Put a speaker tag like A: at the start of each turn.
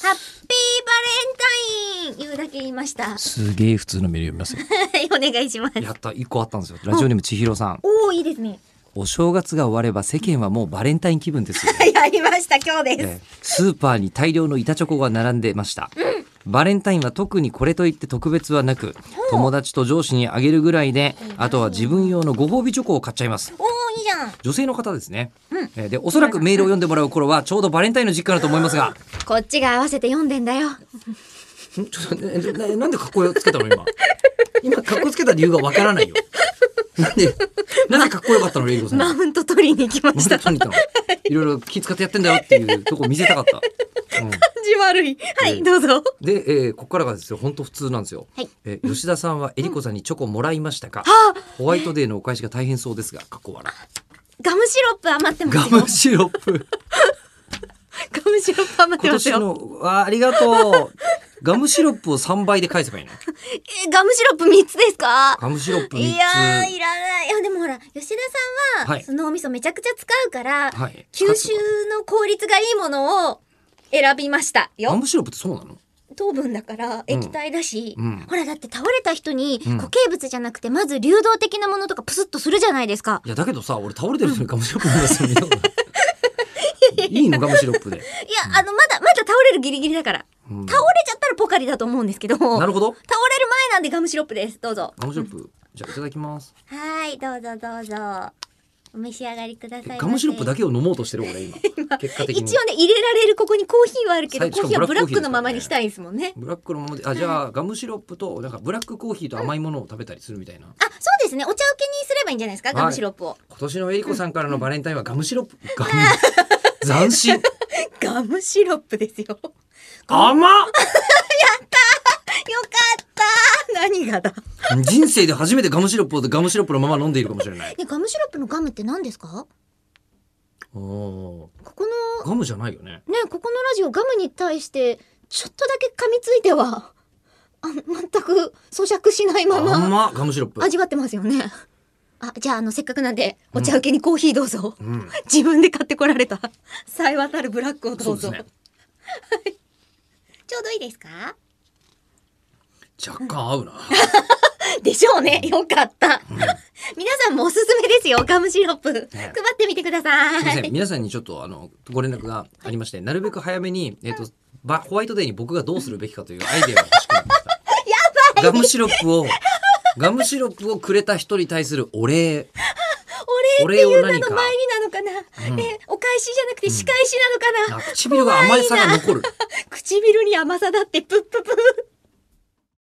A: ハッピーバレンタイン言うだけ言いました
B: すげえ普通のメール読みますよ。
A: お願いします
B: やった、一個あったんですよ。ラジオネーム千尋さん。
A: おおいいですね
B: お正月が終われば世間はもうバレンタイン気分ですよ。
A: やりました今日です、
B: ええスーパーに大量の板チョコが並んでました。バレンタインは特にこれといって特別はなく、友達と上司にあげるぐらいで、あとは自分用のご褒美チョコを買っちゃいます。
A: おおいいじゃん
B: 女性の方ですね。えーで、おそらくメールを読んでもらう頃は、ちょうどバレンタインの実家だと思いますが、
A: こっちが合わせて読んでんだよ
B: んちょっ とねなななんで格好つけたの 今。今格好つけた理由がわからないよ。なんで、なんで格好よかったのレイコさん。
A: マウント取りに行きま
B: なん
A: し
B: で
A: た
B: トニーといろいろ気遣ってやってんだよっていうとこ見せた かった。う
A: 感
B: ん
A: じ悪いはい、
B: ええ
A: どうぞ
B: で、えーここからがですよ本当普通なんですよ、
A: はい
B: えー吉田さんはえりこさんにチョコもらいましたか、ホワイトデーのお返しが大変そうですが過去はな
A: ガムシロップ余ってますよ
B: ガムシロッ プ
A: ガムシロップ余って
B: 今
A: ます
B: 年
A: よ
B: のあありがとうガムシロップを3倍で返せばいいの
A: えガムシロップ三つですか
B: ガムシロップ3
A: い
B: つ
A: やーいらないいやでもほら吉田さんは、
B: はい
A: そのお味噌めちゃくちゃ使うから、
B: はい
A: 吸収の効率がいいものを選びました
B: ガ
A: よ
B: ムシロップってそうなの
A: 糖分だから液体だし、
B: うん
A: ほらだって倒れた人に
B: うん
A: 固形物じゃなくてまず流動的なものとかプスッとするじゃないですか
B: いやだけどさ俺倒れてる人にガムシロップ飲んだ人見たことない いいのガムシロップで、
A: いやあのまだまだ倒れるギリギリだから
B: うん
A: 倒れちゃったらポカリだと思うんですけど倒れ
B: な
A: る
B: るほど
A: 前なんでガムシロップですどうぞ
B: ガムシロップじゃあいただきます
A: はーいどうぞどうぞお召し上がりくださいま
B: え
A: せ
B: ガムシロップだけを飲もうとしてる 俺今結果的に
A: 一応ね入れられるここにコーヒーはあるけど
B: はい
A: コーヒーはブ
B: しかもブ
A: ラッ
B: ラッ
A: ク
B: ク
A: のままにしたいですもんね
B: ブラックのままで、あ、じゃあ、ガムシロップと、なんかブラックコーヒーと甘いものを食べたりするみたいな。
A: あそうですねお茶受けにすればいいんじゃないですか
B: はい
A: ガムシロップを、
B: 今年のエリコさんからのバレンタインはガムシロップ。ガム。斬新。
A: ガムシロップですよよかっ
B: 甘っ。
A: た何がだ、ね、
B: 人生で初めてガムシロップをガムシロップのまま飲んでいるかもしれない。
A: ガムシロップのガムって何ですか
B: おお
A: ここ
B: ー。ガムじゃないよね。
A: のねここのラジオガムに対してちょっとだけ噛みついてはあ全く咀嚼しないまま
B: 甘っ、ガムシロップ。
A: 味わってますよねあじゃああのせっかくなんでお茶受けにコーヒーどうぞ、
B: うん。
A: 自分で買ってこられたさえ渡るブラックをど
B: そう
A: う
B: です
A: ぞ
B: ね。
A: ちょうどいいですか
B: 若干合うな。
A: でしょうね。よかった。皆さんもおすすめですよ。ガムシロップ。配ってみてくださ
B: すみません
A: い。
B: 皆さんにちょっとあのご連絡がありましてなるべく早めに、えっとばホワイトデーに僕がどうするべきかというアイデアが欲しくなりましたやばいガムシロップをガムシロップをくれた人に対するお礼
A: お礼っていう
B: お礼
A: 名
B: を何か
A: の前になのかな、
B: うん
A: え、お返しじゃなくて仕返しなのかな、
B: あ唇が甘いさが残る
A: 唇に甘さだってプッププ